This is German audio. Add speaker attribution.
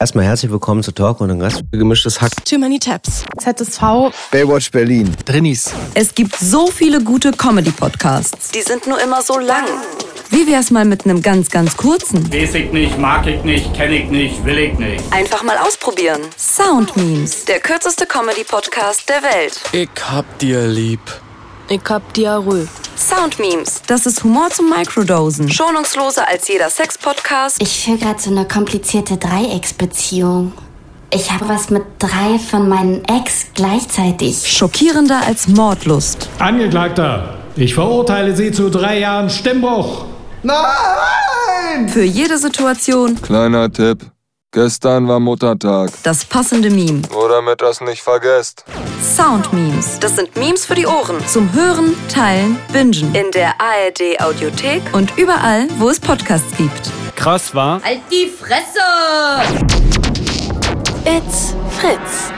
Speaker 1: Erstmal herzlich willkommen zu Talk und Gast. Gemischtes Hack.
Speaker 2: Too many tabs.
Speaker 3: ZSV.
Speaker 4: Baywatch Berlin.
Speaker 5: Drinis.
Speaker 6: Es gibt so viele gute Comedy-Podcasts.
Speaker 7: Die sind nur immer so lang.
Speaker 6: Wie wär's mal mit einem ganz, ganz kurzen?
Speaker 8: Weiß ich nicht, mag ich nicht, kenne ich nicht, will ich nicht.
Speaker 7: Einfach mal ausprobieren.
Speaker 6: Sound Memes.
Speaker 7: Der kürzeste Comedy-Podcast der Welt.
Speaker 5: Ich hab dir lieb.
Speaker 2: Ich hab Diarrhoe.
Speaker 7: Sound Memes.
Speaker 6: Das ist Humor zum Microdosen.
Speaker 7: Schonungsloser als jeder Sex-Podcast.
Speaker 9: Ich führe gerade so eine komplizierte Dreiecksbeziehung. Ich habe was mit drei von meinen Ex gleichzeitig.
Speaker 6: Schockierender als Mordlust.
Speaker 10: Angeklagter, ich verurteile Sie zu drei Jahren Stimmbruch.
Speaker 4: Nein!
Speaker 6: Für jede Situation
Speaker 11: Kleiner Tipp. Gestern war Muttertag.
Speaker 6: das passende Meme.
Speaker 11: Nur damit das nicht vergesst.
Speaker 6: Sound Memes.
Speaker 7: Das sind Memes für die Ohren.
Speaker 6: Zum Hören, Teilen, Bingen.
Speaker 7: In der ARD-Audiothek.
Speaker 6: Und überall, wo es Podcasts gibt.
Speaker 5: Krass war.
Speaker 12: Halt die Fresse!
Speaker 13: It's Fritz.